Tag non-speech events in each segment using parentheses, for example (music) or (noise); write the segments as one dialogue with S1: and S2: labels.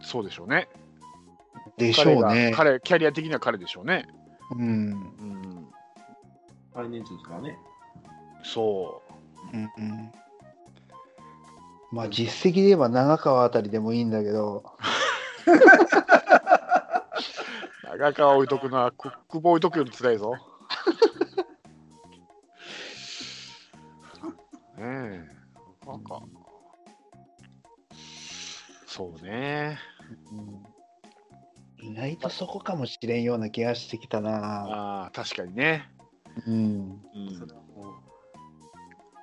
S1: そうでしょうね。
S2: でし
S1: 彼
S2: ょう
S1: が、
S2: ね。
S1: 彼、キャリア的には彼でしょうね。
S2: うん。
S1: うん、
S3: 最年長ですからね。
S1: そ
S2: うんうんまあ実績で言えば長川あたりでもいいんだけど、
S1: う。長川置いとくのは、クックボ置いとくより辛いぞ。 (laughs) ねえ。なんか。そうね。
S2: 意外とそこかもしれんような気がしてきたな。
S1: ああ、確かにね。
S2: うん。
S1: うん
S3: それはも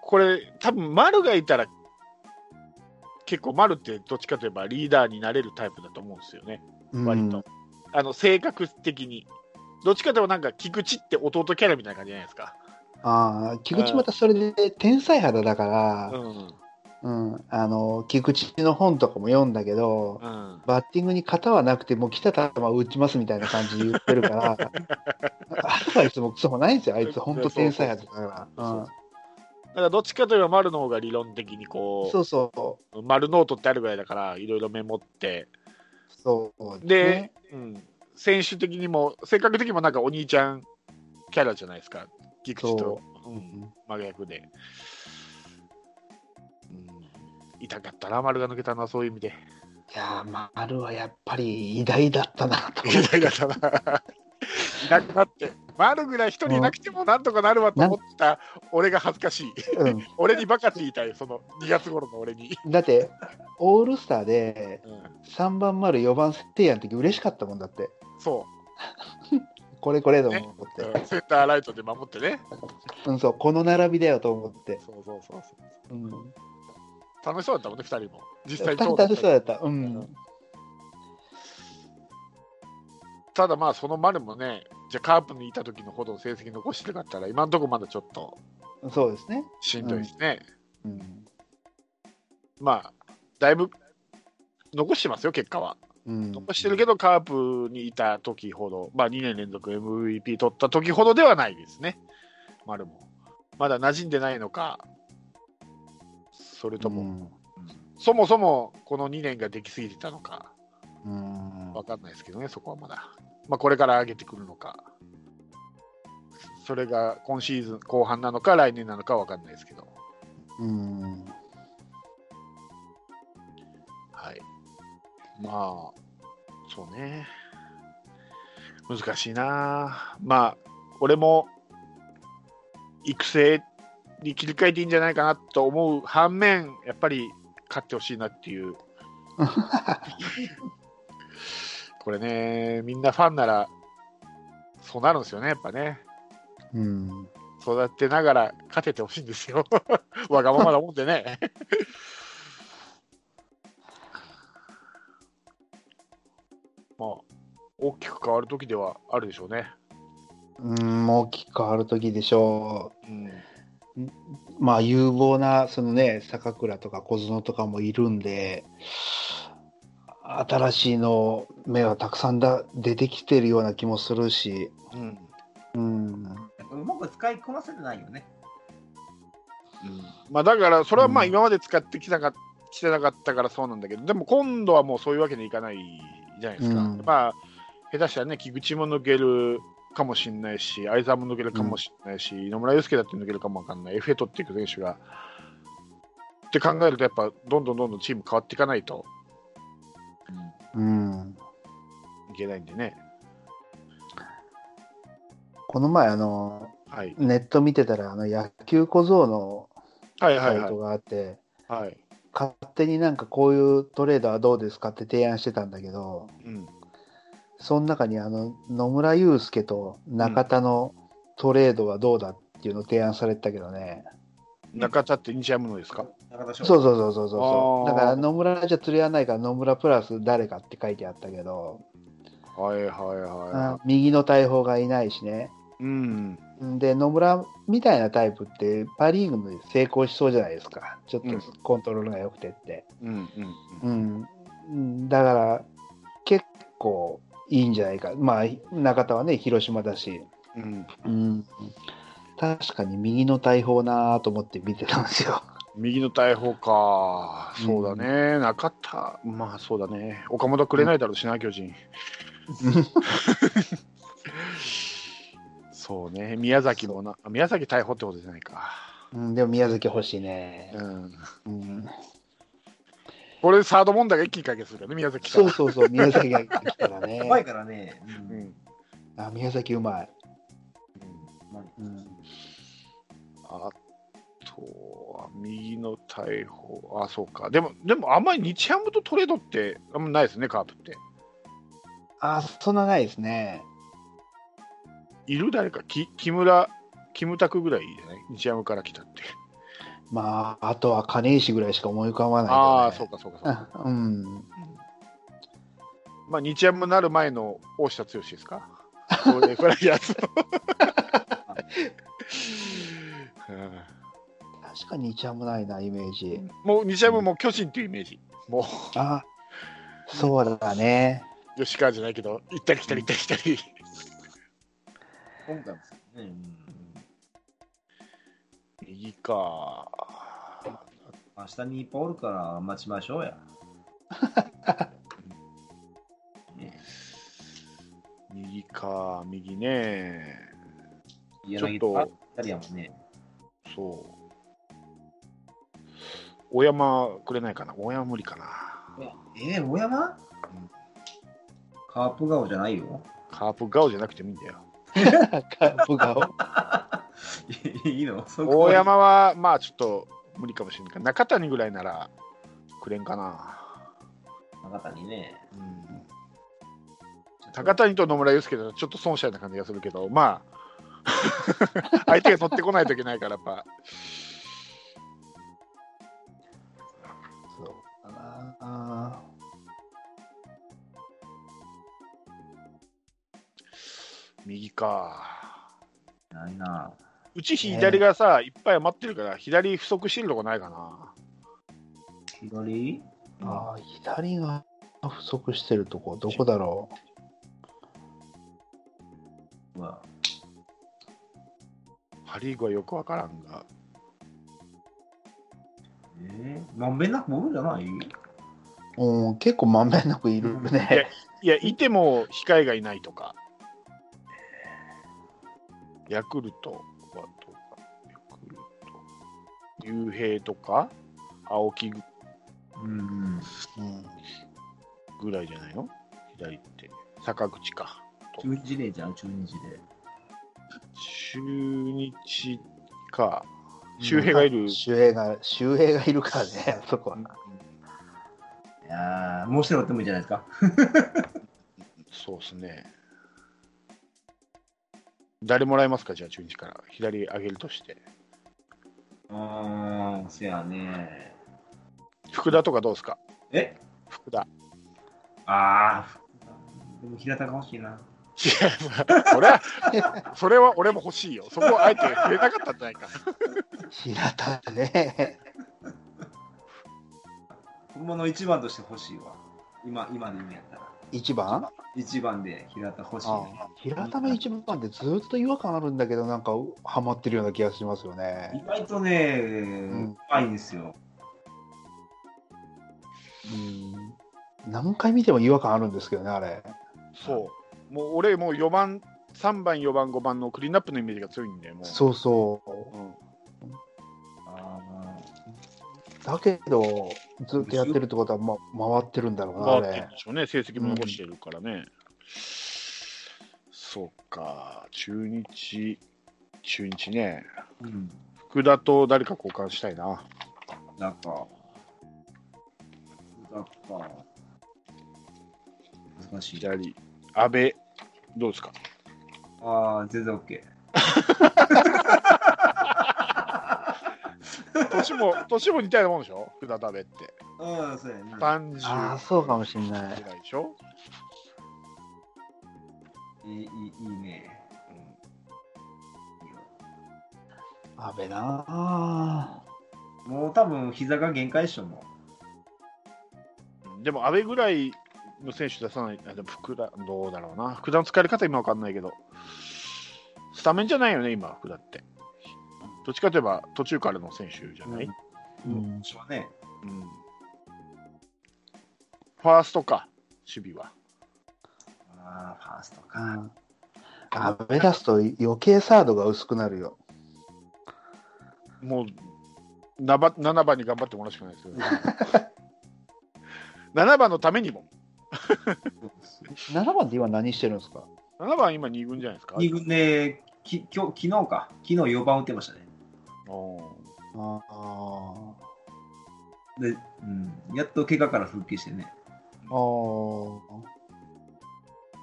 S1: これ多分丸がいたら結構丸ってどっちかといえばリーダーになれるタイプだと思うんですよね割と、あの性格的にどっちかといえばなんか菊池って弟キャラみたいな感じじゃないですか
S2: ああ、菊池またそれで天才肌だ
S1: う
S2: か
S1: ん
S2: ら、うん、あの、菊池の本とかも読んだけど、
S1: うん
S2: バッティングに型はなくて、もう来た球を打ちますみたいな感じで言ってる (laughs) から、アドバイスもクソもないんですよ、あいつ、本当天才肌だか
S1: そ
S2: ら。
S1: ううんだからどっちかといえば丸の方が理論的にこ
S2: そうそう、
S1: う丸ノートってあるぐらいだからいろいろメモって
S2: そう。
S1: で、
S2: ね
S1: うん、選手的にも性格的にもなんかお兄ちゃんキャラじゃないですか菊池とうん、真逆で、うん、痛かったな丸が抜けたなそういう意味で
S2: いやー、丸はやっぱり偉大だったなと思って
S1: 痛かったないなくなって丸ぐらい一人いなくてもなんとかなるわと思ってた俺が恥ずかしい
S2: う
S1: 俺にバカって言いたいその2月頃の俺に、
S2: ん、だって、オールスターで
S1: うん、
S2: 3番丸、4番セテイヤの時嬉しかったもんだって、
S1: そ
S2: これこれと思っ
S1: う、
S2: て、
S1: うんセンターライトで守ってね
S2: うん、そう、この並びだよと思って、
S1: そうそうそうそう
S2: うん、
S1: 楽しそうだったもんね2人も実際
S2: 2人
S1: だ
S2: 楽しそうだった、うん、
S1: ただまあその丸もねじゃあカープにいた時のほどの成績残してなかったら今のところまだちょっと
S2: そうですね、
S1: しんどいですね、
S2: うん、
S1: まあだいぶ残してますよ結果は
S2: うん、
S1: 残してるけどカープにいた時ほどまあ2年連続 MVP 取った時ほどではないですね丸もまだ馴染んでないのかそれとも、
S2: うん
S1: そもそもこの2年ができすぎてたのか
S2: うん
S1: わかんないですけどね、そこはまだ。まあ、これから上げてくるのか、それが今シーズン後半なのか、来年なのかわかんないですけど、
S2: うん、
S1: はい。まあ、そうね、難しいなあ、まあ、俺も育成に切り替えていいんじゃないかなと思う反面、やっぱり勝ってほしいなっていう。これね、みんなファンなら、そうなるんですよね、やっぱね。
S2: うん、
S1: 育てながら勝ててほしいんですよ。 (laughs) わがままなもんでね。 (laughs) まあ、大きく変わる時ではあるでしょうね。
S2: うん、大きく変わる時でしょ
S1: う
S2: う。
S1: ん、
S2: まあ有望なそのね坂倉とか小園とかもいるんで新しいの目はたくさんだ出てきてるような気もするし、
S1: うん、うん。
S2: うん、
S3: ううまく使いこなせてないよね。
S1: まあ、だから、それはまあ、
S2: うん
S1: 今まで使ってきたか、きてなかったからそうなんだけど、でも今度はもうそういうわけにいかないじゃないですか。
S2: うん
S1: まあ、下手したらね、菊池も抜ける。かもしれないし、相沢も抜けるかもしれないし、野村祐介だって抜けるかもわかんない、FA 取っていく選手が。って考えると、やっぱどんどんどんどんチーム変わっていかないと
S2: うん、
S1: いけないんでね。
S2: この前あの
S1: はい、
S2: ネット見てたらあの野球小僧の
S1: はい、は
S2: サ
S1: い、
S2: イ
S1: はい
S2: トがあって、
S1: はい。
S2: 勝手になんかこういうトレードはどうですかって提案してたんだけど
S1: うん、
S2: その中にあの野村祐介と中田のトレードはどうだっていうのを提案されてたけどね。
S1: 中田って日ハムのですか。
S3: 中田翔
S2: そうそうそうそうそうそう
S1: あ
S2: だ
S1: ー
S2: から野村じゃ釣り合わないから野村プラス誰かって書いてあったけど、
S1: はい、はい、は
S2: 右の大砲がいないしね
S1: い。うん、
S2: で野村みたいなタイプってパ・リーグで成功しそうじゃないですかちょっ
S1: うん
S2: とコントロールが良くてって、
S1: うん、うん、うん。
S2: うんうんだから結構いいんじゃないかまあ中田はね広島だし、
S1: うん
S2: うん、確かに右の大砲なーと思って見てたんですよ
S1: 右の大砲か、そうだね、なかった、まあそうだね、岡本くれないだろうしな、巨
S2: (laughs)
S1: 人。そうね、宮崎もな、宮崎大砲ってことじゃないか。
S2: うん、でも宮崎欲しいね。
S1: うん、
S2: うん、
S1: これ、サード問題が一気に解決するからね、宮崎か
S2: そう
S1: ら。
S2: そうそう、宮崎が来たら
S3: (laughs)
S2: ね
S3: う。まいからね。う。
S1: うんん
S2: あ宮崎うまい。
S3: うまい
S2: うん、
S1: あとは、右の大砲、あ、そうか、でも、でもあんまり日ハムとトレードって、あんまないですね、カープって。
S2: あ、そんなないですね。
S1: いる誰か、き木村、キムタクぐらいじゃない日ハムから来たって。
S2: まあ、あとは金石ぐらいしか思い浮かばない、ね。
S1: ああ、そうか、そうか、そうか。
S2: あ (laughs) うん。
S1: まあ、日ハムになる前の大下剛ですか。これこれやつのうん
S2: 確かに一番もないな、イメージ。
S1: もう日ハムも巨人っていうイメージ。も
S2: あ、そう
S1: (laughs)
S2: だね。
S1: う吉川じゃないけど、行ったり来たり行ったり来たり。
S3: 今回もそうね。うん。
S1: 右か。
S3: 明日にいっぱいおるから待ちましょうや。ね
S1: 右か、右ね。
S3: え、
S1: ちょっ
S3: 柳田ばっ
S1: と、
S3: たりやもんね。
S1: そう。大山くれないかな。大山無理かな。
S3: えー、大山
S1: ん
S3: カープ顔じゃないよ。 (laughs)
S1: カープ顔じゃなくてもいいんだよ。
S2: カープ顔。
S3: いいのそこは
S1: 大山は、まあちょっと無理かもしれないから、中谷ぐらいならくれんかな。
S3: 中谷ね。
S1: うん高谷と野村祐介だとちょっと損したような感じがするけど、まあ、 (laughs) 相手が取ってこないといけないから、やっぱ、
S2: そうだな。あ
S1: 右か。
S3: ないな。
S1: うち左がさ、いっぱい余ってるから、左不足してるとこないかな。
S3: 左
S2: ーあー、左が不足してるとこ、どこだろう。
S3: は、
S1: パ・リーグはよくわからんが、
S3: えー、まんべんなくおるじゃない
S2: うん、結構まんべんなくいるね。
S1: いや、いても控えがいないとか、ヤクルトはどうか、ヤクルト、竜兵とか、青木
S3: う
S2: う
S3: ん。
S2: ん、
S1: ぐらいじゃないの左って、坂口か。
S3: 中日でじゃん、中日で。
S1: 中日か、周平がいる。
S2: 周平が、周平がいるからね、あそこは。
S3: いやー、もうしておってもいいんじゃないですか。
S1: そうですね。誰もらえますか、じゃあ、中日から。左上げるとして。
S3: うーん、せやね。
S1: 福田とかどうですか
S3: え
S1: 福田。
S3: あー、でも平田が欲しいな。
S1: いや、それは、それは俺も欲しいよ。そこはあえて触れなかったんじゃないか。
S2: 平田ね。
S3: ほんまの一番として欲しいわ。今、今で言うんやったら。
S2: 一番
S3: 一番で平田欲しい
S2: あ
S3: ね。
S2: あ平田の一番ってずっと違和感あるんだけどなんかハマってるような気がしますよ
S3: 意
S2: ね。
S3: 外とね、うんうまいんですよ。
S2: うん、何回見ても違和感あるんですけどねあれ。
S1: そう。もう俺、もう4番、3番、4番、5番のクリーンアップのイメージが強いんで、もう。
S2: そうそう。
S1: うん
S3: あ
S2: だけどずっとやってるってことは、ま、回ってるんだろうなあ
S1: 回ってる
S2: れ
S1: ん。でしょうね、成績も残してるからね。そうか、中日、中日ね、
S3: ーうん。
S1: 福田と誰か交換したいな。
S3: なんか、なんか、難しい。
S1: 左、阿部、どうですか
S3: ああ、全然 OK。
S1: 年も年も似たようなもんでしょ、福田と阿部って。
S3: うん、そうやね。
S2: ああ
S1: 30
S2: そうかもしんな
S1: ぐ
S2: い。
S1: らいでしょ。
S3: いいいいいいね。いいよ
S2: 阿部なあ。
S3: もう多分膝が限界っしょも
S1: うんでも阿部ぐらいの選手出さない、あでも福田、どうだろうな、福田の使い方、今わかんないけど、スタメンじゃないよね、今、福田って。どっちかといえば途中からの選手じゃ
S3: う。
S1: ない、
S3: うん
S2: うん
S3: 私はね、
S1: うん。ファーストか、守備は。
S3: あーファースト
S2: う
S3: か。
S2: んあ目出すと余計サードが薄くなるよ。
S1: もう、なば7番に頑張ってもらうしかないです
S3: (laughs)
S1: よね。7番のためにも。
S2: 7番って今何してるんですか
S1: 7番今2軍じゃないですか。
S3: 二軍で、き今日昨日か、昨日4番打ってましたね。
S1: お
S2: ああ。
S3: で、うん、やっと怪我から復帰してね、
S2: あー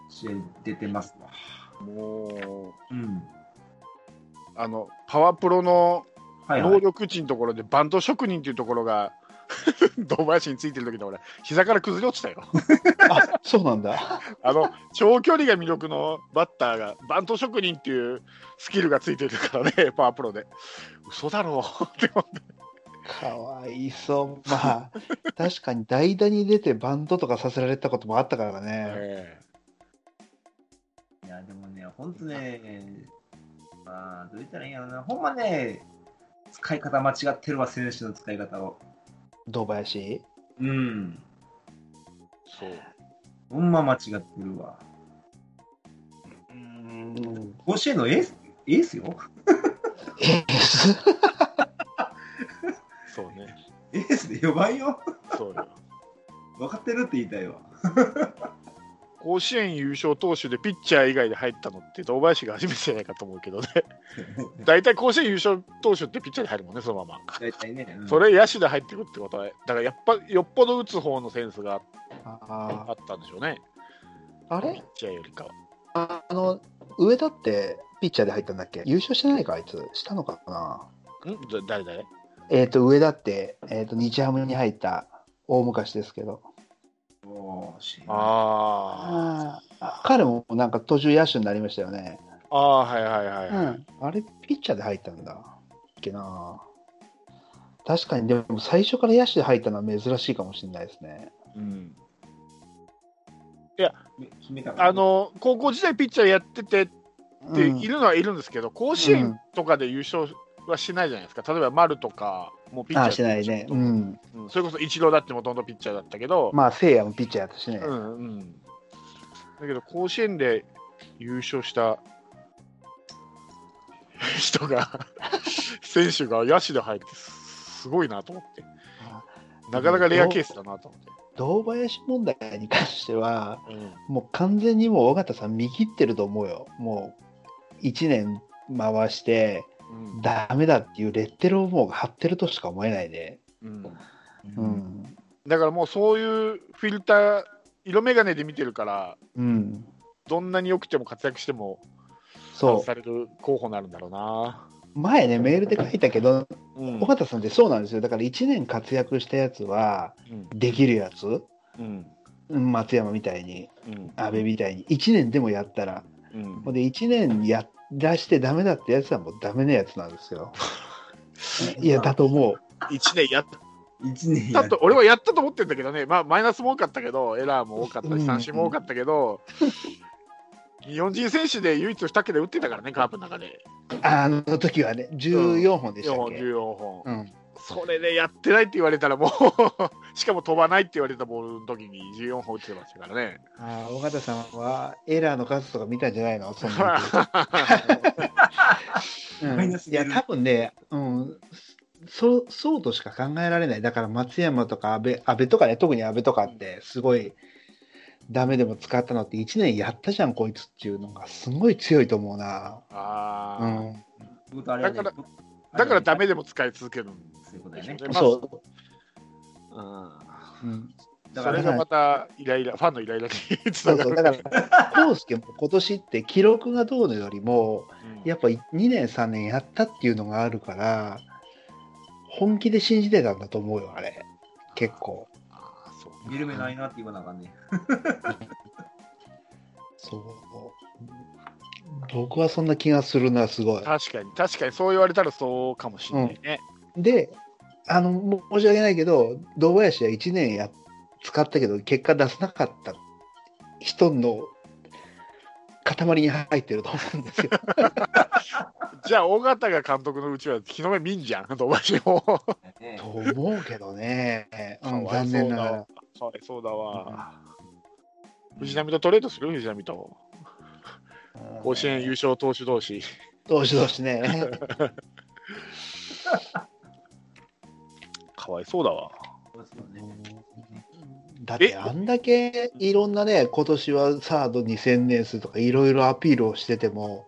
S3: 試合出てますわ。
S1: ーもう、
S3: うん。
S1: あの、パワプロの
S3: はい、は
S1: 能
S3: い。
S1: 力値のところでバント職人っていうところが、 (laughs) 堂林についてる時の俺、膝から崩れ落ちたよ。 (laughs)
S2: あそうなんだ。
S1: あの、長距離が魅力のバッターが、バント職人っていうスキルがついてるからね、 (laughs) パワープロで。嘘だろうって
S3: (laughs)
S1: 思って
S2: かわいそう。まあ、確かに代打に出てバントとかさせられたこともあったからね。
S3: いや、でもね、ほんとね、まあ、どう言ったらいいんやろな、ほんまね、使い方間違ってるわ、選手の使い方を。
S2: 堂林
S3: うん。
S1: そう。
S3: ほんま間違ってるわ。
S2: うん。
S3: 甲子園のエース、エースよ。
S1: そうね。
S3: エースで4番よ。 (laughs)
S1: そうよ。
S3: 分かってるって言いたいわ。
S1: 甲子園優勝投手でピッチャー以外で入ったのって堂林が初めてじゃないかと思うけどね (laughs) 大体甲子園優勝投手ってピッチャーで入るもんねそのまま、
S3: (laughs) 大体ね。うん
S1: それ野手で入ってくってことはだからやっぱよっぽど打つ方のセンスが
S2: あ
S1: あったんでしょうね
S2: ああ
S1: ピ
S2: れ
S1: ッチャーよりかは
S2: あの、上田ってピッチャーで入ったんだっけ優勝してないかあいつ。したのかな
S1: うんだ誰誰
S2: えっ、と、上田って、えっ、と、日ハムに入った大昔ですけど。
S3: おーし
S1: あ
S2: ああ。彼もなんか途中野手になりましたよね。
S1: ーあーはいはいはい、
S2: う
S1: はい
S2: ん。あれ、ピッチャーで入ったんだ。いっけな確かに、でも最初から野手で入ったのは珍しいかもしれないですね。
S1: うん
S3: 決めたから
S1: あ、の高校時代ピッチャーやっててって
S2: うん
S1: いるのはいるんですけど、甲子園とかで優勝はしないじゃないですか例えば丸とかもうピッチャー
S2: ああ、してないね。うん。
S1: うんそれこそイチローだってもともとピッチャーだったけど、
S2: まあ、せいやもピッチャーやったしね。
S1: うんうん、だけど甲子園で優勝した人
S2: (laughs)
S1: が選手が野手で入ってすごいなと思って
S2: あ
S1: なかなかレアケースだなと思って、
S2: 堂林問題に関しては、
S1: うん
S2: もう完全にもう尾形さん見切ってると思うよ。もう1年回して
S1: うん
S2: ダメだっていうレッテルをもう貼ってるとしか思えないね。
S1: うん
S2: う。
S3: うん
S1: だからもうそういうフィルター色眼鏡で見てるから
S2: うん。
S1: どんなに良くても活躍しても
S2: そ
S1: 外される候補になるんだろうな。
S2: う。前ね、メールで書いたけど、
S1: うん
S2: 尾形さんってそうなんですよ。だから1年活躍したやつは、
S1: うん
S2: できるやつ、
S1: うん
S2: うん松山みたいに、
S1: うん
S2: 阿部みたいに、1年でもやったら、
S1: うん
S2: ほんで1年やらしてダメだってやつはもうダメなやつなんですよ。いや、だと思う。
S1: 1年やっ
S3: 1年
S1: や
S3: や
S1: ったと俺はやったと思ってるんだけどね、まあ、マイナスも多かったけど、エラーも多かった
S2: うん
S1: し、三振も多かったけど、日本人選手で唯一2桁打ってたからね、カープの中で、
S2: あの時はね、14本でし
S1: 4
S2: たっ
S1: 本、
S2: け、
S1: 14本、
S2: うん、
S1: それでやってないって言われたら、もう (laughs) しかも飛ばないって言われたボールの時に14本打ってましたからね。
S2: あー尾形さんはエラーの数とか見たんじゃないのそんな、
S1: う
S2: うん
S3: マイ
S2: い
S3: ナス
S2: や多分ね、うん、そそうとしか考えられないだから松山とか安倍安倍とかね特に安倍とかってすごいダメでも使ったのって1年やったじゃんこいつっていうのがすごい強いと思うな、
S1: (laughs) あ
S2: う
S1: ー
S2: ん、
S3: だから
S1: だからだからダメでも使い続けるん
S3: そういうこと
S1: で
S3: だ
S1: しょ
S3: よ
S1: う
S3: ね
S1: ね。まあ
S2: そ
S1: うん
S2: う、うん、
S1: そ
S3: だか
S1: れ
S3: ら
S1: がまたイライラ、ファンのイライラにつ
S2: そ
S1: なが
S2: うそう
S1: る
S2: だから康介も今年って記録がどうのよりも
S1: うん
S2: やっぱ2年3年やったっていうのがあるから本気で信じてたんだと思うよあれ結構
S1: あーそう
S3: 緩めないなって言わなあかんね。
S2: そう僕はそんな気がするなすごい
S1: 確かに確かにそう言われたらそうかもしれないね、
S2: であのも申し訳ないけど堂林は1年や使ったけど結果出せなかった人の塊に入ってると思うんですよ。
S1: (laughs) じゃあ、尾形が監督のうちは、日の目見んじゃん、土橋
S2: (laughs)
S1: も。か
S3: ね
S2: と思うけどね、う
S1: わ
S2: ん
S1: い
S2: 残
S1: そ
S2: 念
S1: う
S2: なが
S1: だ
S2: ら。
S1: かわいそうだわ。藤浪とトレードする藤浪と。甲子園優勝投手同士。
S2: どうしどうしね。
S1: かわいそうだわ。
S3: そうですよ
S1: (laughs)
S3: ね
S2: だっ
S1: え
S2: てあんだけいろんなね、今年はサードに専念するとかいろいろアピールをしてても、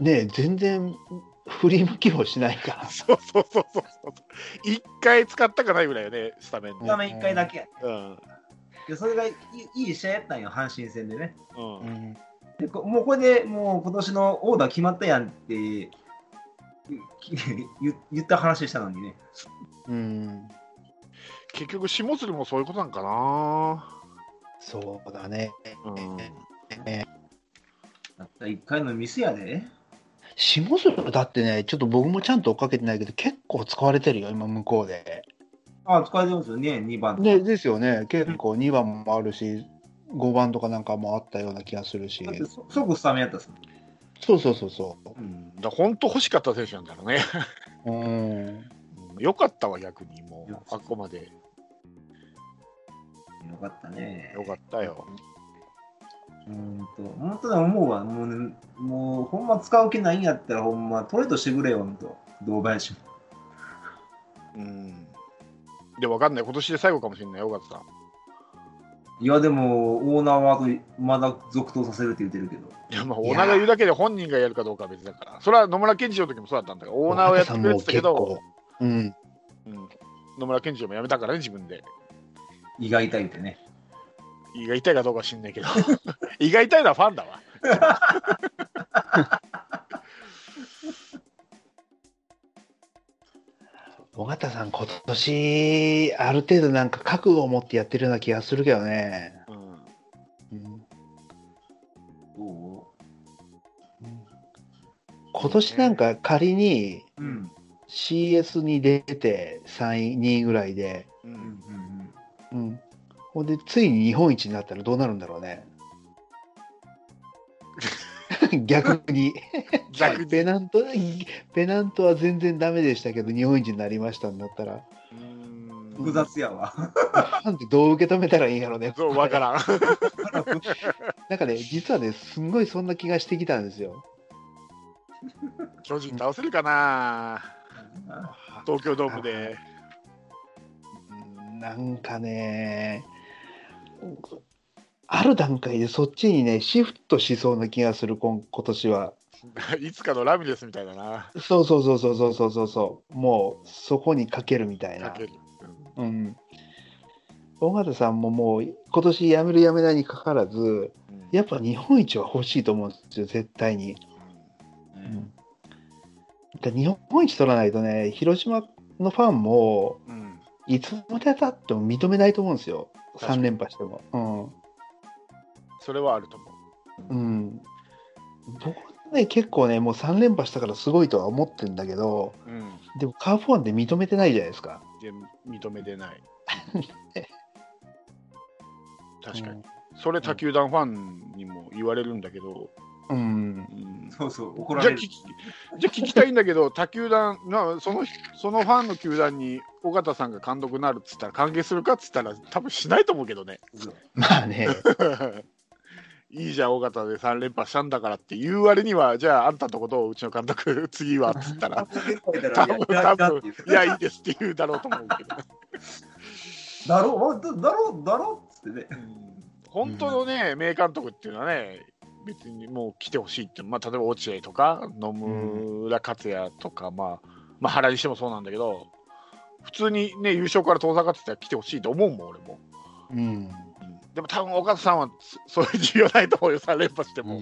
S2: ね、全然振り向きもしないから。
S1: そうそうそうそうそう。一回使ったかないぐらいよね、スタメン
S3: 画
S1: で。
S3: 面1回だけ。
S1: うん。
S3: でそれがいいいい試合やったんよ、阪神戦でね。
S1: うん。
S3: でこもうこれでもう今年のオーダー決まったやんって (laughs) いき言言った話したのにね。
S2: うん、
S1: 結局、下鶴もそういうことなんかな。
S2: そうだね。
S1: うん。
S3: たった1回のミスやで。
S2: 下鶴だってね、ちょっと僕もちゃんと追っかけてないけど、結構使われてるよ、今向こうで。
S3: ああ、使えてますよね、2番。
S2: でですよね、結構2番もあるし、5番とかなんかもあったような気がするし
S3: だっ。てそ即スタメンやったっすもん。
S2: そうそうそうそ
S1: うん、だ本当欲しかった選手なんだろうね。
S2: う。うん。
S1: うんよかったわ、逆にもう
S3: よ、
S1: あっこまで。
S3: よかったね。
S1: よかったよ。
S3: うんと、本当だ、思うわ。もう、ね、もうほんま使う気ないんやったら、ほんまトレードしてくれよ、ほんと。堂林も。
S1: うん。で、わかんない、今年で最後かもしれない、よかった。
S3: いや、でも、オーナーはあとまだ続投させるって言ってるけど。
S1: いや、まあ、
S2: い
S1: オー
S2: やー
S1: ナーが言うだけで本人がやるかどうかは別だから。それは野村健二郎の時もそうだったんだから、オーナーをやってくれてたけど、
S2: 尾形さんも結構。うん。
S1: うん、野村健二郎も辞めたからね、自分で。
S3: 胃が痛いってね。
S1: 胃が痛いかどうかは知んないけど、 (laughs) 胃が痛いのはファンだわ。
S2: 尾形さん、今年、ある程度なんか覚悟を持ってやってるような気がするけどね。
S1: うん、
S2: うん
S3: ど
S2: 今年なんか仮に
S3: ううん。
S2: CS に出て3位、2位ぐらいで、
S1: う
S3: うんうん
S1: ん、
S3: うん。
S2: うん。ほんで、ついに日本一になったらどうなるんだろうね。 (laughs) 逆に。
S1: 逆に。
S2: ペナント、ペナントは全然ダメでしたけど、日本一になりましたんだったら、
S1: うん
S3: 複雑やわ。 (laughs)
S2: ファンってどう受け止めたらいいんやろうね。
S1: そう、わからん。
S2: なんかね、実はね、すんごいそんな気がしてきたんですよ。
S1: 巨人倒せるかな、東京ドームで。
S2: うんなんかね、ある段階でそっちにね、シフトしそうな気がする、今今年は。
S1: いつかのラミレスみたいだな。
S2: そうそうそうそうそうそうそうそう、もうそこにかけるみたい
S1: か
S2: な
S1: け。る。
S2: うん。尾形さんももう今年辞める辞めないにかかわらず、
S1: うん
S2: やっぱ日本一は欲しいと思うんですよ、絶対に。で日本一取らないとね、広島のファンも、
S1: うん、
S2: いつまでたっても認めないと思うんですよ、
S1: 確かに
S2: 3連覇しても。
S1: それはあると思う。
S2: うん。うん。僕はね、結構ね、もう3連覇したからすごいとは思ってるんだけど、
S1: うん、
S2: でもカーフォンで認めてないじゃないですか。
S1: で認めてない。確か
S2: う
S1: に
S2: ん。
S1: それ他球団ファンにも言われるんだけど、
S2: う
S1: う
S2: ん。
S1: ん
S3: そうそう、
S1: じゃ
S3: 怒ら
S1: あ
S3: れ
S1: 聞き
S3: る。
S1: じゃあ聞きたいんだけど、 (laughs) 他球団なその、そのファンの球団に尾形さんが監督になるっつったら、歓迎するかっつったら、多分しないと思うけどね。 (laughs)
S3: そう
S2: まあね、
S1: いいじゃん、尾形で3連覇したんだからって言う割には、じゃあ、あんたのことをうちの監督、次はっつったら、 (laughs) 多分多分いや、いいですって言うだろうと思うけど。
S3: だろう、だろう、だろうっつってね。
S1: 本当のね、名監督っていうのはね、別にもう来てほしいって、まあ、例えば落合とか野村克也とか、まあ、まあ、原にしてもそうなんだけど、普通にね、優勝から遠ざかってたら来てほしいと思うもん、俺も。
S2: うん。
S1: でも多分、岡田さんはそそういう需要ないと思うよ、3連覇しても。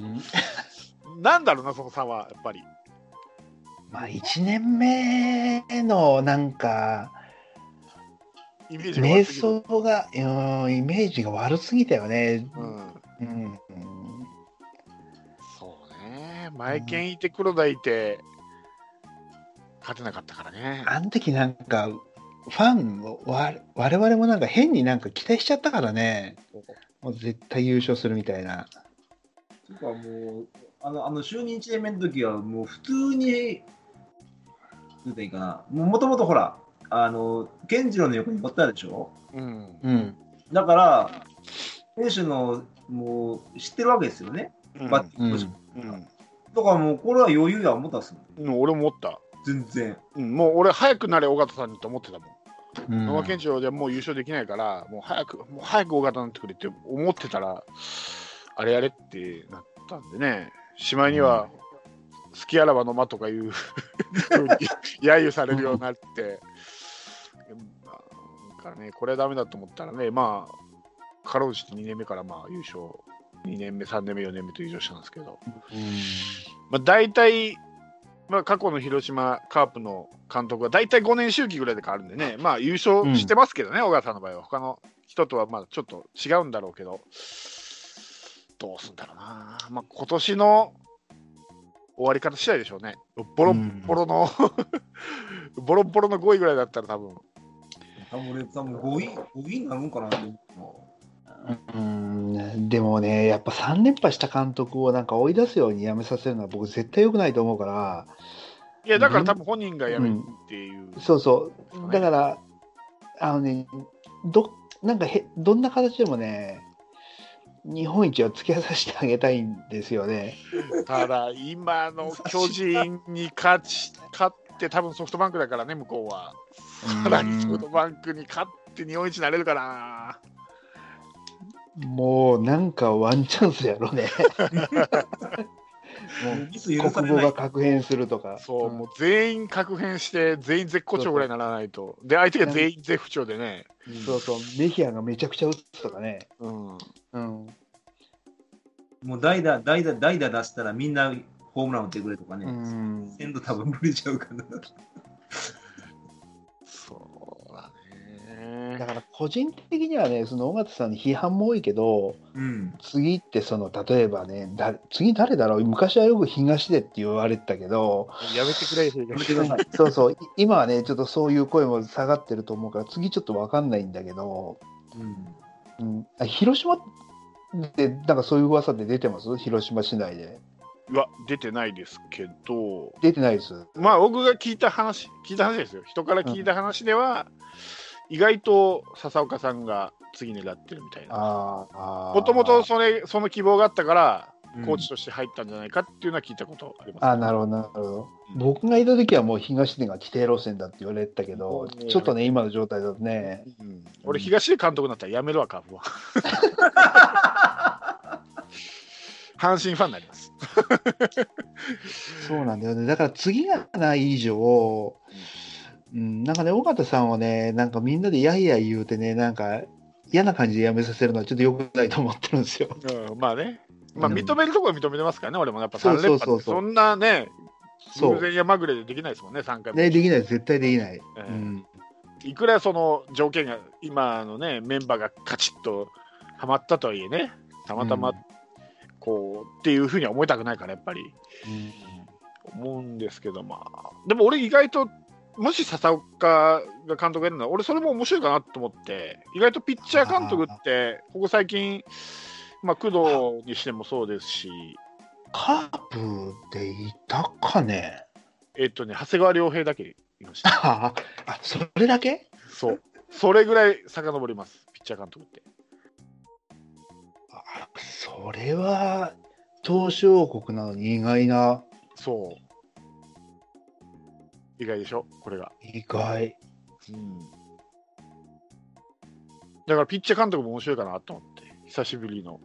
S1: なんだろうな、その差は、やっぱり。
S2: まあ、1年目のなんか、
S1: イメージが
S2: 瞑
S1: 悪すぎる
S2: 想が、うん、イメージが悪すぎたよね。
S1: うん、
S2: うん。
S1: そうね、前剣いて黒田いて、勝てなかったからね。
S2: あの時なんか、ファンを、わ我々もなんか変になんか期待しちゃったからね。もう絶対優勝するみたいな。
S3: とかもう、あの、あの就任1年目の時は、もう普通に、なんていうかな、もともとほら、あの、源次郎の横に乗ったでしょ
S1: うん。
S2: うん。
S3: だから、選手の、もう、知ってるわけですよね。
S1: うん
S3: バッティングポジション
S1: うん
S3: だからもう、これは余裕や思ったっすもん。
S1: うん、俺も思った。
S3: 全然。
S1: うん、もう俺、早くなれ、尾形さんにと思ってたもん。
S2: うん
S1: 野間健次郎じゃもう優勝できないから、もう早く、もう早く尾形になってくれって思ってたら、あれあれってなったんでね、しまいには、好きあらばの間とかいう
S2: (laughs)
S1: 風に揶揄されるようになって、だからね、これはダメだと思ったらね、まあ、かろうじて2年目からまあ優勝、2年目、3年目、4年目と優勝したんですけど、まあ、大体、まあ、過去の広島カープの監督は大体5年周期ぐらいで変わるんでね、まあ、優勝してますけどね、小川さんの場合は、他の人とはまあちょっと違うんだろうけど、どうすんだろうな、まあ今年の終わり方次第でしょうね、ボロッボロの、 (laughs) ボロッボロの5位ぐらいだったら、多分
S3: 多分俺、多分5位、5位になるんかなって思
S2: うんでもね、やっぱ3連覇した監督をなんか追い出すようにやめさせるのは僕絶対良くないと思うから、
S1: いや、だから多分本人が辞めるっていう、
S2: そうそう、だから、あのね、どなんかへどんな形でもね、日本一を突き刺してあげたいんですよね。
S1: ただ、今の巨人に勝ち勝って、多分ソフトバンクだからね、向こうは。さらにソフトバンクに勝って日本一になれるかな。
S2: もうなんかワンチャンスや
S1: (laughs)
S2: ろね。
S3: う。ミス
S2: も
S3: 許
S2: う
S3: さ
S2: 国
S3: れ
S2: 語
S3: な
S2: が
S3: い。
S2: 確変するとか。
S1: そう、
S2: ん
S1: もう全員確変して、全員絶好調ぐらいにならないと。で、相手が全員絶不調でね。
S2: そうそう、メヒアがめちゃくちゃ打つとかね。
S1: うん。
S2: うん。
S3: もう代打、代打、代打出したらみんなホームラン打ってくれとかね。
S2: うん
S3: エンド多分無理ちゃうかな。
S1: そうだ
S2: だ
S1: ね。
S2: から個人的にはね、その尾形さんの批判も多いけど、
S3: うん。
S2: 次ってその例えばね、だ次誰だろう、昔はよく東出って言われてたけど、
S1: やめてくれ、
S3: やめてください。
S2: (laughs) そうそう、い今はね、ちょっとそういう声も下がってると思うから、次ちょっと分かんないんだけど、
S3: う
S2: う
S3: ん。
S2: ん、あ広島って、なんかそういう噂で出てます広島市内で。
S1: うわ、出てないですけど。
S2: 出てないです。
S1: まあ、僕が聞いた話、聞いた話ですよ。人から聞いた話では、意外と笹岡さんが次狙ってるみたいな。
S2: あーあー。
S1: もともとそれその希望があったから、コーチ
S3: と。
S1: として入ったんじゃないかっていうのは聞いたことあります、
S2: あなるほど、なるほど。僕がいた時はもう東出が規定路線だって言われてたけど、
S1: うん
S2: ちょっとね、今の状態だとね、
S1: うん、俺、東出監督だったらやめるわ、カープは。阪神ファンになります。
S2: そうなんだよね。だから次がない以上、うん、なんかね、尾形さんをね、なんかみんなでやいやい言うてね、なんか嫌な感じでやめさせるのはちょっと良くないと思ってるんですよ。
S1: うん、まあね、まあ、
S3: うん
S1: 認めるところは認めてますからね、俺もやっぱ
S2: そう
S1: 3連
S2: そ
S1: 覇って、
S2: うそうそう
S1: そんなね、
S2: そ
S1: 偶
S2: う。
S1: 然やまぐれでできないですもんね、3回も。
S2: ね、できない、絶対できない。
S1: ええ
S2: うん。
S1: いくらその条件が、今のね、メンバーがカチッとはまったとはいえね、たまたま、
S2: うん
S1: こうっていうふうには思いたくないから、やっぱり。思うんですけど、まあ、でも俺、意外と、もし笹岡が監督やるなら、俺、それも面白いかなと思って、意外とピッチャー監督って、ここ最近、まあ、工藤にしてもそうですし、
S2: カープでいたかね (laughs)
S1: えっとね、長谷川良平だけいました。
S2: あ、それだけ
S1: そう、それぐらい遡ります、ピッチャー監督って。
S2: あそれは、投手王国なのに意外な、
S1: そう。意外でしょ、これが。
S2: 意外。
S1: だから、ピッチャー監督も面白いかなと思って、久しぶりの。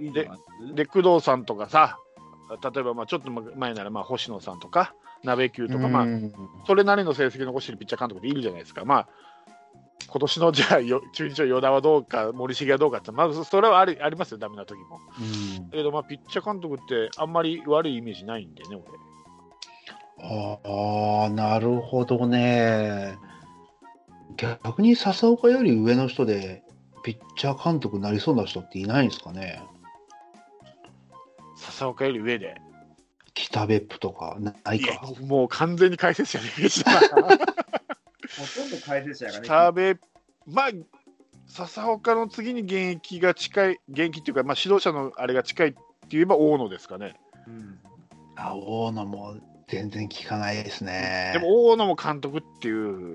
S3: いいんじゃない
S1: で工藤さんとかさ例えばまあちょっと前ならまあ星野さんとか鍋球とか、まあ、
S2: うん
S1: それなりの成績残してるピッチャー監督でいるじゃないですか、まあ、今年のじゃあよ中日の与田はどうか森重はどうかって、まずそれはありありますよ、ダメな時も。
S2: うん
S1: だけど、まあ、ピッチャー監督ってあんまり悪いイメージないんでね、俺。
S2: ああ、なるほどね。逆に笹岡より上の人で、ピッチャー監督になりそうな人っていないんですかね。
S1: 笹岡より上で。
S2: 北別府とか、ない
S1: いや
S2: か。、
S1: もう完全に解説者でイメージだ。
S2: (laughs)
S3: ほとんど解説者がね。
S1: 北部、まあ、笹岡の次に現役が近い、現役っていうか、まあ、指導者のあれが近い言えば大野ですかね。
S3: うん
S2: あ、大野も全然聞かないですね。
S1: でも大野も監督っていう、
S3: 違うん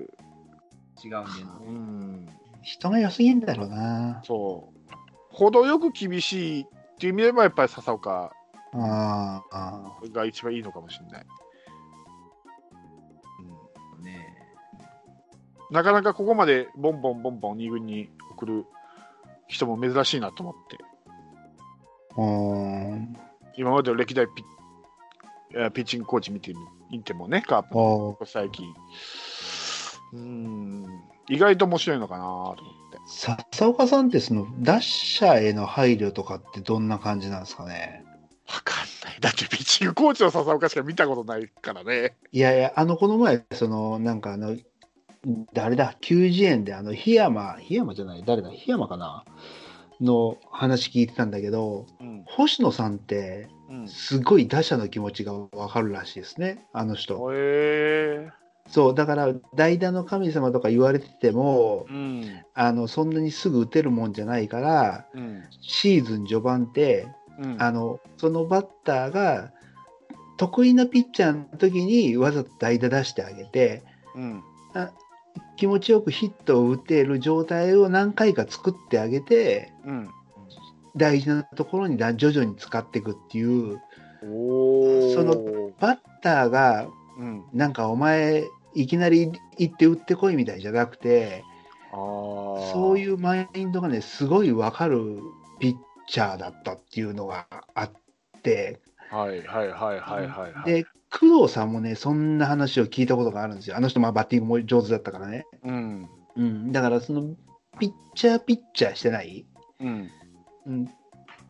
S3: だよな
S1: うん、
S2: 人が良すぎんだろうな。
S1: そう、程よく厳しいっていう意味では、やっぱり笹岡
S2: あーあ
S1: が一番いいのかもしれない。
S3: ね
S1: なかなかここまでボンボンボンボン2軍に送る人も珍しいなと思って、
S2: ー。うーん。
S1: 今までの歴代ピッえーピッチングコーチ見てみてもね、カープの
S2: お
S1: ここ最近、うん、意外と面白いのかなと思って。
S2: 笹岡さんってその、打者への配慮とかってどんな感じなんですかね。
S1: わかんない。だってピッチングコーチの笹岡しか見たことないからね。
S2: いやいや、あの、この前、その、なんかあの、誰だ、球児園で、あの、檜山、檜山じゃない、誰だ、檜山かなの話聞いてたんだけど、
S1: うん。
S2: 星野さんって、
S1: うん。へ
S2: すごい打者の気持ちがわかるらしいですね、あの人。
S1: え
S2: そう、だから代打の神様とか言われてても、
S1: うん。
S2: あのそんなにすぐ打てるもんじゃないから、
S1: うん。
S2: シーズン序盤って、
S1: うん。
S2: あのそのバッターが得意なピッチャーの時にわざと代打出してあげて、
S1: うん。
S2: 気持ちよくヒットを打てる状態を何回か作ってあげて、
S1: うん。
S2: 大事なところにだ徐々に使っていくっていう、
S1: おお。
S2: そのバッターが
S1: うん。
S2: なんかお前、いきなり行って打ってこいみたいじゃなくて、
S1: ああ。。
S2: そういううマインドがね、すごいわかるピッチャーだったっていうのがあって、
S1: はいはいはいはいはい、はい。
S2: で、工藤さんもね、そんな話を聞いたことがあるんですよ。あの人、まあ、バッティングも上手だったからね。
S1: うん。
S2: うん、だから、その、ピッチャーピッチャーしてない、
S1: うん。
S2: うん、っ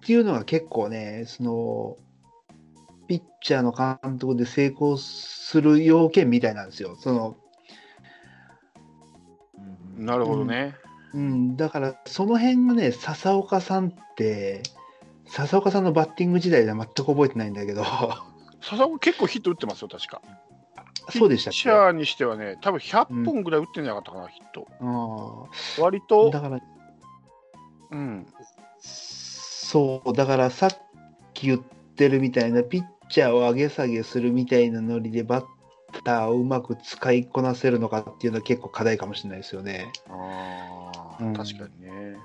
S2: ていうのが結構ね、その、ピッチャーの監督で成功する要件みたいなんですよ。その、
S3: うん
S1: なるほどね。
S2: うん、だからその辺がね、笹岡さんって、笹岡さんのバッティング時代では全く覚えてないんだけど、 (laughs)
S1: 笹岡結構ヒット打ってますよ、確か。
S2: そうでした
S1: ピッ
S2: っ
S1: チ
S2: け
S1: ャーにしてはね、多分100本ぐらい打ってんじゃなかったかな、ヒット。
S2: う
S1: 割
S2: ん、だ
S1: と、
S2: から、
S1: うん。
S2: そう、だからさっき言ってるみたいな、ピッチャーを上げ下げするみたいなノリで、バッターをうまく使いこなせるのかっていうのは結構課題かもしれないですよね。
S1: ああ、
S2: うん
S1: 確かにね。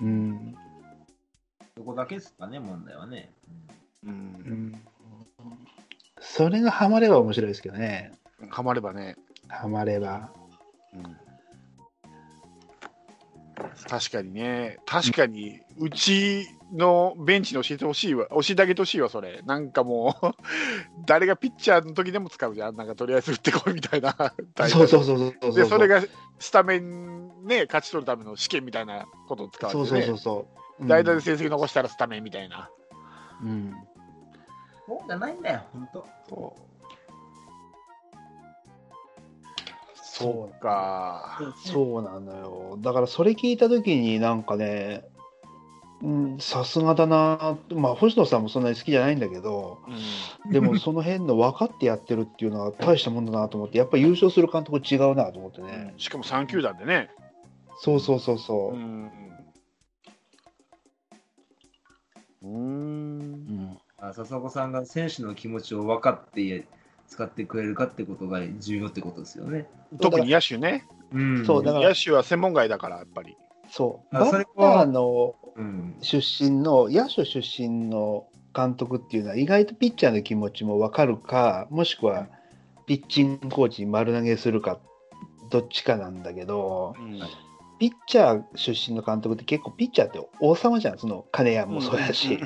S2: うん。
S3: そこだけですかね、問題はね。
S1: う。
S2: うんん、それがハマれば面白いですけどね、
S1: はまればね。
S2: ハマれば。
S1: うん確かにね、確かに、うちのベンチに教えてほしいわ、教えてあげてほしいわ、それ。なんかもう、 (laughs) 誰がピッチャーの時でも使うじゃん、なんかとりあえず打ってこいみたいな。
S2: そうそうそうそうそうう。
S1: で、それがスタメンね、勝ち取るための試験みたいなことを使われて、
S2: そ
S1: ね、
S2: うそうそうそう。
S1: 代打で成績残したらスタメンみたいな。
S2: うん。
S3: そうじゃないんだよ、ほんと。
S1: そうそうか。
S2: そうなのよ。だからそれ聞いたときになんかね、うん、さすがだな。まあ星野さんもそんなに好きじゃないんだけど、
S1: うん (laughs)
S2: でもその辺の分かってやってるっていうのは大したもんだなと思って、やっぱ優勝する監督違うなと思ってね。
S1: しかも3球団でね。
S2: そうそうそうそうう。
S1: ん。うん。
S2: うん。
S3: あ笹岡さんが選手の気持ちを分かって使ってくれるかってことが重要ってことですよね。
S1: 特に野手ね。
S3: うん
S2: そうだから
S1: 野手は専門外だから、やっぱり。
S2: そう。
S3: あ
S2: バ
S3: それ
S2: ッ
S3: は
S2: ターの
S3: うん。
S2: 出身の野手出身の監督っていうのは意外とピッチャーの気持ちも分かるかもしくはピッチングコーチに丸投げするかどっちかなんだけど
S1: うん
S2: ピッチャー出身の監督って結構ピッチャーって王様じゃんその金谷もそうやし、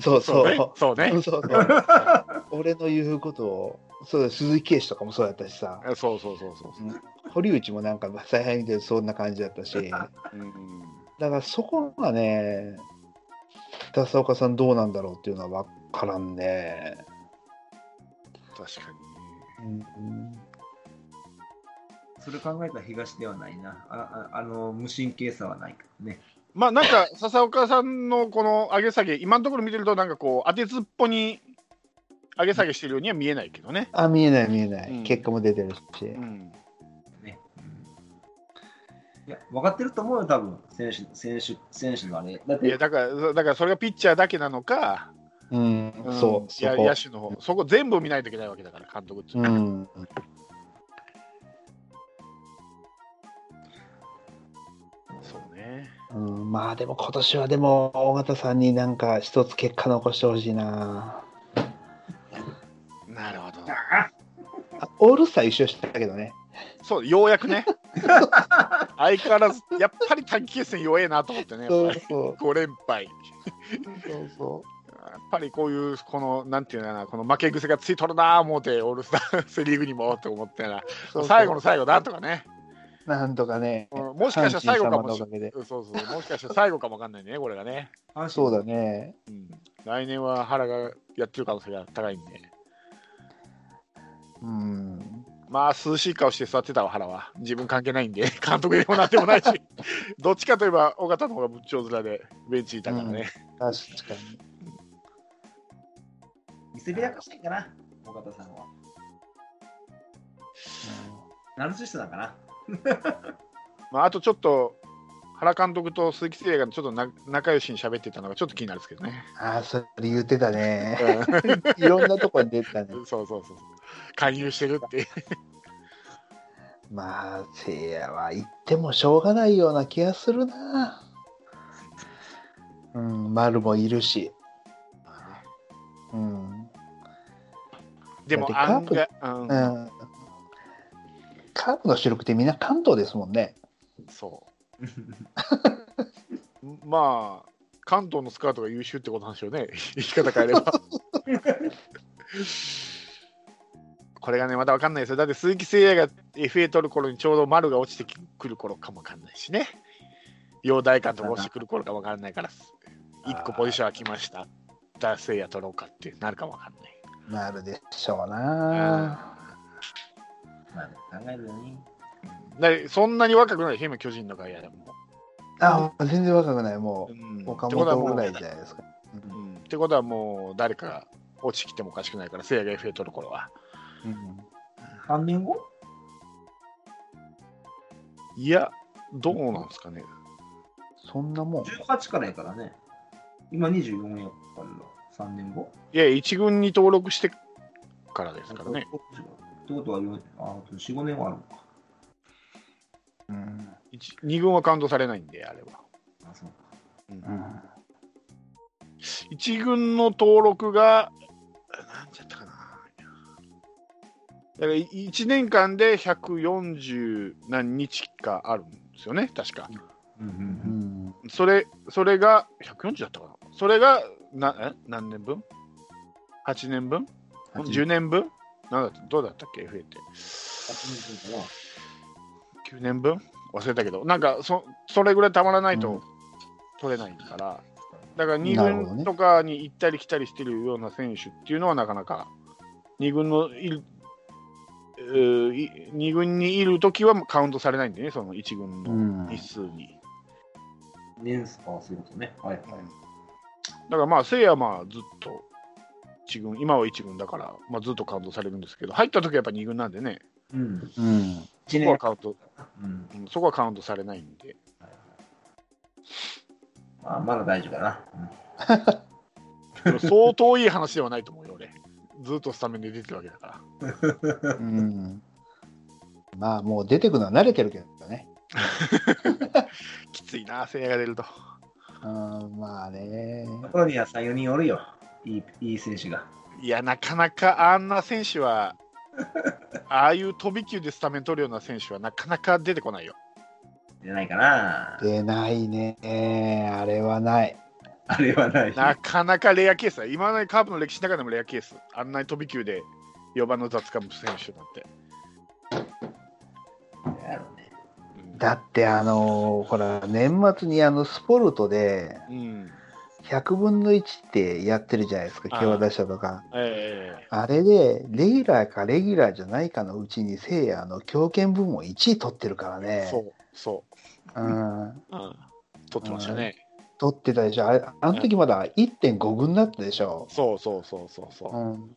S2: そ
S1: そ
S2: うそうう
S1: ね。そうね。
S2: そうそう (laughs) 俺の言うことをそうだ鈴木啓士とかもそうだったしさ
S1: そうそうそうそう。
S2: 堀内もなんか采配見てそんな感じだったし。
S1: うん
S2: だからそこがね、笹岡さんどうなんだろうっていうのは分からんね。
S1: 確かにね。
S3: それ考えた東ではないな。あああの無神経さはないからね。
S1: まあなんか笹岡さんのこの上げ下げ、今のところ見てると、なんかこう、当てずっぽに上げ下げしてるようには見えないけどね。
S2: あ、見えない見えない。
S1: うん
S2: 結果も出てる
S1: う
S2: し。
S1: ん、
S3: ねうんいや分かってると思うよ、多分選手選手選手のあれ。だっ
S1: いや
S3: て、
S1: だから、だからそれがピッチャーだけなのか、
S2: うん、
S1: うん
S2: そう、そ
S1: や
S2: こ
S1: 野。手の方、そこ全部見ないといけないわけだから、監督って。
S2: うん、
S1: そうね。
S2: うん、まあでも今年はでも尾形さんになんか一つ結果残してほしいな
S1: なるほど。
S2: あオールスター優勝したけどね
S1: (laughs) そう、ようやくね。相変わらず、やっぱり短期決戦弱えなと思ってね、
S2: そうそう
S1: 5連敗。
S2: そうそ
S1: やっぱりこういう、この、なんていうのかな、この負け癖がついとるなぁ思うて、オールスター (laughs) セ・リーグにもって思ってな、
S2: うそう
S1: 最後の最後だとかね、
S2: なんとかね
S1: うんもしかしたら最後かも
S2: 阪神様のお
S1: しれ
S2: かげで
S1: うんそうそう、もしかしたら最後かもわかんないね、これがね。
S2: そうだね
S1: うん、来年は原がやってる可能性が高いんで、
S2: うん
S1: まあ、涼しい顔して座ってたわ、原は。自分関係ないんで、 (laughs) 監督でもなんでも (laughs) ないし、どっちかといえば、尾形の方が仏頂面で、ベンチいたからね。
S2: 確か
S3: 見せびらかしたいんかな、尾形さんは。ナルシストだから。
S1: まあ、あとちょっと原監督と鈴木誠也がちょっとな仲良しに喋ってたのがちょっと気になるんですけど (laughs) ね。
S2: にああそれ言ってたね (laughs)
S1: う
S2: いろんなとこに出てたね
S1: んそうそうそう。勧誘してるって。
S2: まあせいやは言ってもしょうがないような気がするなうん丸もいるしうん
S1: でも、
S2: だ
S1: 案
S2: って
S1: 外、
S2: う
S1: うん、
S2: んカープの主力ってみんな関東ですもんね。
S1: そう。 (laughs) まあ、関東のスカートが優秀ってことなんでしょうね、 (laughs) 言い方変えれば。 (laughs) これがね、まだ分かんないですよ。だって鈴木誠也が FA 取る頃にちょうど丸が落ちてくる頃かも分かんないしね。陽大館とか落ちてくる頃かも分かんないから、1個ポジション空きました。じゃあ誠也取ろうかってなるかも分かんない。
S2: なるでしょうな。
S3: まあ、考えるよね。
S1: だからそんなに若くないでしょ、今、巨人の外野でも。
S2: あ、全然若くない。も
S1: うん
S2: う、岡
S1: ってことはも
S2: 本
S1: う
S2: ぐらいじゃないですか。
S1: うんってことはもう誰かが落ちてきてもおかしくないから、せいやが FA 取る頃は。
S2: うん
S3: 3年後
S1: いや、どうなんですかね。
S2: そんなもん。
S3: ?18 からやからね。今24やから、3年後
S1: いや、一軍に登録してからですからね。。
S3: ってことは4、ああと4、5年はあるのか。
S2: うん
S1: 一二軍はカウントされないんで、あれは。
S3: あそうか
S2: うん
S1: 一軍の登録が、なんちゃったかな。だから1年間で140何日かあるんですよね、確か。
S3: うんうん
S2: う
S3: うん
S2: ん
S1: それ、それが、140だったかな。それが、な、え何年分 ?8 年分
S3: 8
S1: 10年分なんだったどうだったっけ ?FA って。
S3: 8年
S1: 9年分忘れたけど、なんかそそれぐらいたまらないと取れないから、だから
S2: なるほ
S1: 2
S2: ど
S1: 軍
S2: ね
S1: とかに行ったり来たりしてるような選手っていうのは、なかなか2軍のいる、えーい二軍にいるときはカウントされないんでね、その1軍
S2: う
S1: の
S2: ん
S1: 日数に。
S3: から年数か、そういうことね。はいはい。
S1: だからまあ、せいやはまあずっと一軍、今は1軍だから、まあ、ずっとカウントされるんですけど、入ったときはやっぱ2軍なんでね、
S3: うん。
S2: うん
S1: そ
S3: 1
S1: こは
S3: 年
S1: カウント、
S3: うん。
S1: うんそこはカウントされないんで。
S3: まあ、まだ大丈夫だな。うん
S1: でも相当いい話ではないと思うよ、俺。ずっとスタメンで出てるわけだから。
S2: うんまあ、もう出てくのは慣れてるけどね。
S1: きついな、せいやが出ると。
S2: うんまあね。
S3: ところには3、4人おるよ。いいいい選手が。
S1: いや、なかなかあんな選手は、ああいう飛び級でスタメン取るような選手はなかなか出てこないよ。
S3: 出ないかな。
S2: 出ないね。あれはない。
S3: あれはない。
S1: なかなかレアケースだ。今のカープの歴史の中でもレアケース。あんなに飛び級で4番の雑貨む選手なんて。
S3: やろうね
S1: うん
S2: だって、あのーほら、年末にあの、スポルトで、
S1: うん。
S2: 100分の1ってやってるじゃないですか、
S1: ああ
S2: 強打者とか。
S1: ええ
S2: あれで、レギュラーかレギュラーじゃないかのうちに、せいやの強肩部門1位取ってるからね。
S1: そう、そ
S2: うん。
S1: う。うん、取ってましたね。
S2: 取ってたでしょ。あれ、あの時まだ1.5軍だったでしょ。
S1: そうそうそうそうそうう。
S2: ん。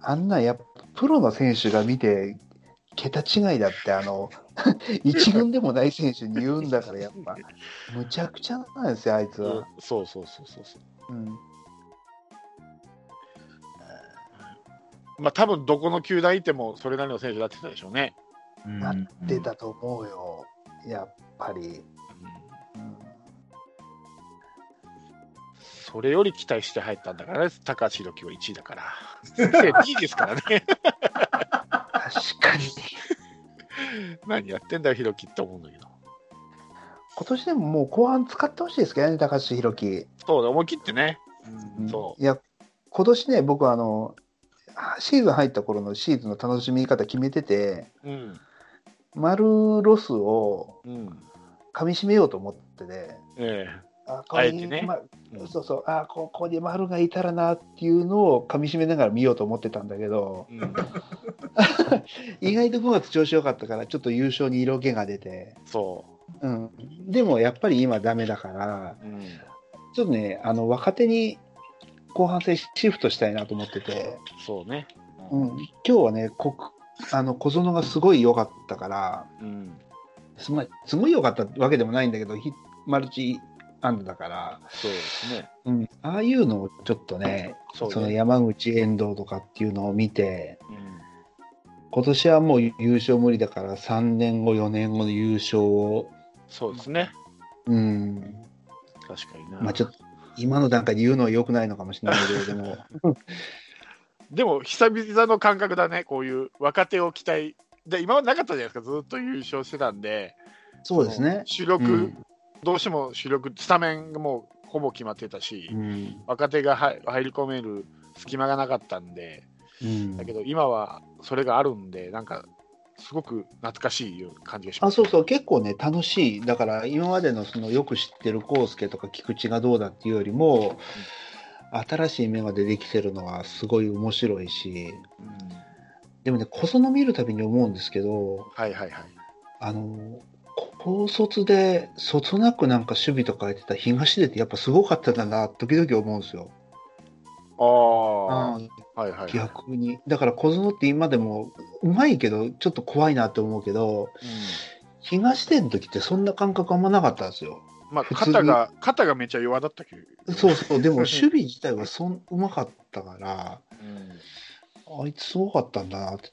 S2: あんな、やっぱ、プロの選手が見て、桁違いだって、あの、1軍でもない選手に言うんだから、やっぱ、むちゃくちゃなんですよ、あいつは。
S1: そうそうそうそうそう。
S2: うん。
S1: まあ多分どこの球団いてもそれなりの選手だってたでしょうね。
S2: なってたと思うよ、やっぱり。うん
S1: それより期待して入ったんだからね、高橋宏樹は1位だから。2位ですからね。 (laughs)
S2: 確かに。
S1: 何やってんだよ、宏樹って思うんだけど。
S2: 今年でももう後半使ってほしいですけどね、高橋宏樹。
S1: そうだ、思い切ってね。
S3: うん
S1: そう
S2: いや、今年ね、僕はあの、シーズン入った頃のシーズンの楽しみ方決めてて、
S1: うん。
S2: 丸ロスを
S1: うん。
S2: 噛み締めようと思ってて、
S1: え
S2: あこ
S1: あ
S2: れ
S1: えてね
S2: ま
S1: えうん
S2: そうそう、あここに丸がいたらなっていうのを噛み締めながら見ようと思ってたんだけど、
S1: うん。
S2: 意外と5月調子良かったから、ちょっと優勝に色気が出て、
S1: そ
S2: うん、でもやっぱり今、ダメだから、
S1: う。うん。
S2: ちょっとね、あの若手に後半戦シフトしたいなと思ってて、
S1: そうね。
S2: うん、今日はね、こあの小園がすごい良かったから、
S1: うん。
S2: すごいすごい良かったわけでもないんだけど、ヒマルチ安打だから、
S1: そうですね。
S2: うん、ああいうのをちょっとね、
S1: そうね
S2: その山口遠藤とかっていうのを見て、
S1: うん。
S2: 今年はもう優勝無理だから、3年後、4年後の優勝を、
S1: そうですね。
S2: うん、
S1: 確かにな。
S2: まあちょっと今の段階で言うのは良くないのかもしれないけ
S1: (laughs)
S2: れども、
S1: でも久々の感覚だね、こういう若手を期待。で、今までなかったじゃないですか、ずっと優勝してたんで、
S2: そうですね。
S1: 主力、
S2: うん
S1: どうしても主力、スタメンがもうほぼ決まってたし、
S2: うん
S1: 若手が入入り込める隙間がなかったんで、
S2: うん
S1: だけど今はそれがあるんで、なんか、すごく懐かしいような感じがしま
S2: あ
S1: す、
S2: そうそう結構ね楽しいだから今までのそのよく知ってる康介とか菊池がどうだっていうよりも、新しい芽が出てきてるのはすごい面白いし
S1: うん
S2: でもね小園見るたびに思うんですけど
S1: はいはいはい。
S2: あの高卒でそつなくなんか守備とかやってた東出ってやっぱすごかったんだな時々思うんですよ。
S1: ああ、
S2: うん
S1: はいはい。
S2: 逆にだから小園って今でもうまいけどちょっと怖いなって思うけ
S1: う
S2: ど
S1: ん
S2: 東出の時ってそんな感覚あんまなかったんですよ。
S1: まあ、
S2: 普通に
S1: 肩が、肩がめっちゃ弱だったけど。
S2: そうそ
S1: (laughs)
S2: う、でも守備自体はそんうまかったから、
S1: うん
S2: あいつすごかったんだなって、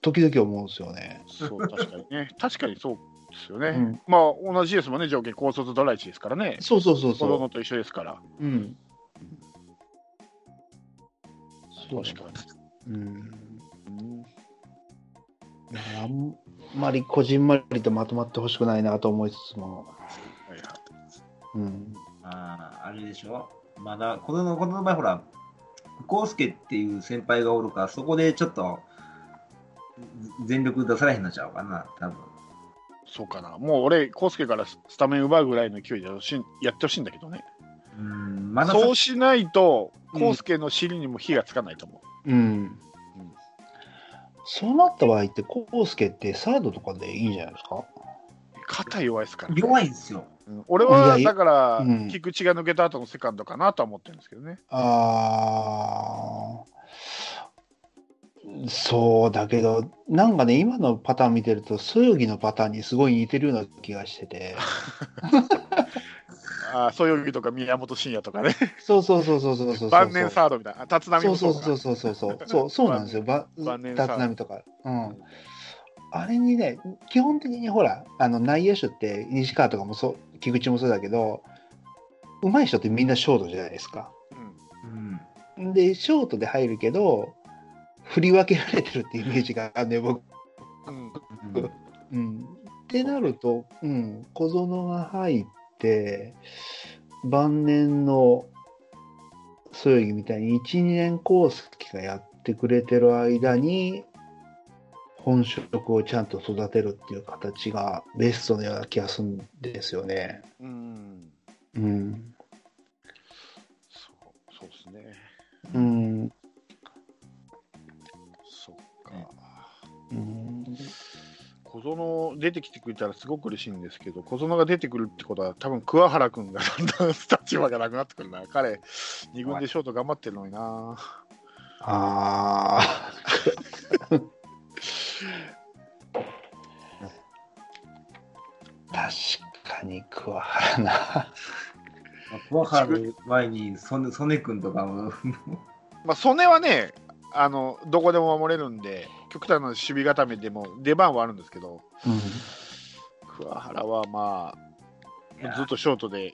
S2: 時々思うんですよね。
S1: そう、確かに (laughs) ね。確かにそうですよね。
S2: うん
S1: まあ、同じですもんね、条件、高卒ドライチですからね。
S2: そうそうそう
S1: 子
S2: そ
S1: 供と一緒ですから。
S2: う。うん。そう
S1: 確か
S2: うん。
S1: に。
S2: だからあんまりこじんまりとまとまってほしくないなと思いつつも、
S1: はいはい
S2: うん。
S3: あーあれでしょまだこのこの前ほら康介っていう先輩がおるからそこでちょっと全力出されへんのちゃうかな多分
S1: そうかな。もう俺、康介からススタメン奪うぐらいの勢いでほしいやってほしいんだけどね。
S3: うんまださ
S1: そうしないと、
S2: うん
S1: 康介の尻にも火がつかないと思
S2: うん。そうなった場合って、コウスケってサードとかでいいんじゃないですか
S1: う。肩弱いですからね、
S3: 弱いんですよ
S1: うん俺
S2: い
S1: は、
S2: やいや
S1: だから
S2: うん、
S1: 菊池が抜けた後のセカンドかなとは思ってるんですけどね。
S2: あーそうだけど、なんかね、今のパターン見てると、そよぎのパターンにすごい似てるような気がしてて、
S1: (laughs) ああ、そういうとか宮本慎也とかね。
S2: そうそうそうそうそうそうそう、
S1: 晩年サードみたいな。あ立浪
S2: そ
S1: も
S2: う
S1: そううか。
S2: そそうそうそうそう、そうそうなんですよ、ば
S1: 晩年
S2: 立浪とか。うんあれにね、基本的にほら、あの内野手って、西川とかもそう、菊池もそうだけど、上手い人ってみんなショートじゃないですか。
S1: うん
S3: うん
S2: で、ショートで入るけど、振り分けられてるってイメージがあるね、僕。
S1: うん (laughs)
S3: うん
S2: うん、ってなると、うん、小園が入って晩年のそよぎみたいに12年コースがやってくれてる間に本職をちゃんと育てるっていう形がベストのような気がするんですよね。
S1: うん
S2: うん
S1: そうそうですね。
S2: うん
S1: そっ
S3: ね
S1: か。
S2: うん、
S1: 小園出てきてくれたらすごく嬉しいんですけど、小園が出てくるってことは、多分桑原君がだんだん立場がなくなってくるな。彼、二軍でショート頑張ってるのにな。
S2: ああ (laughs) 確かに桑原な。
S3: まあ、桑原前に曽根曽根君とかも
S1: まあ、曽根はね、あのどこでも守れるんで、極端な守備固めでも出番はあるんですけど、
S2: うん
S1: 桑原はま
S3: いや
S1: あ、ずっとショートで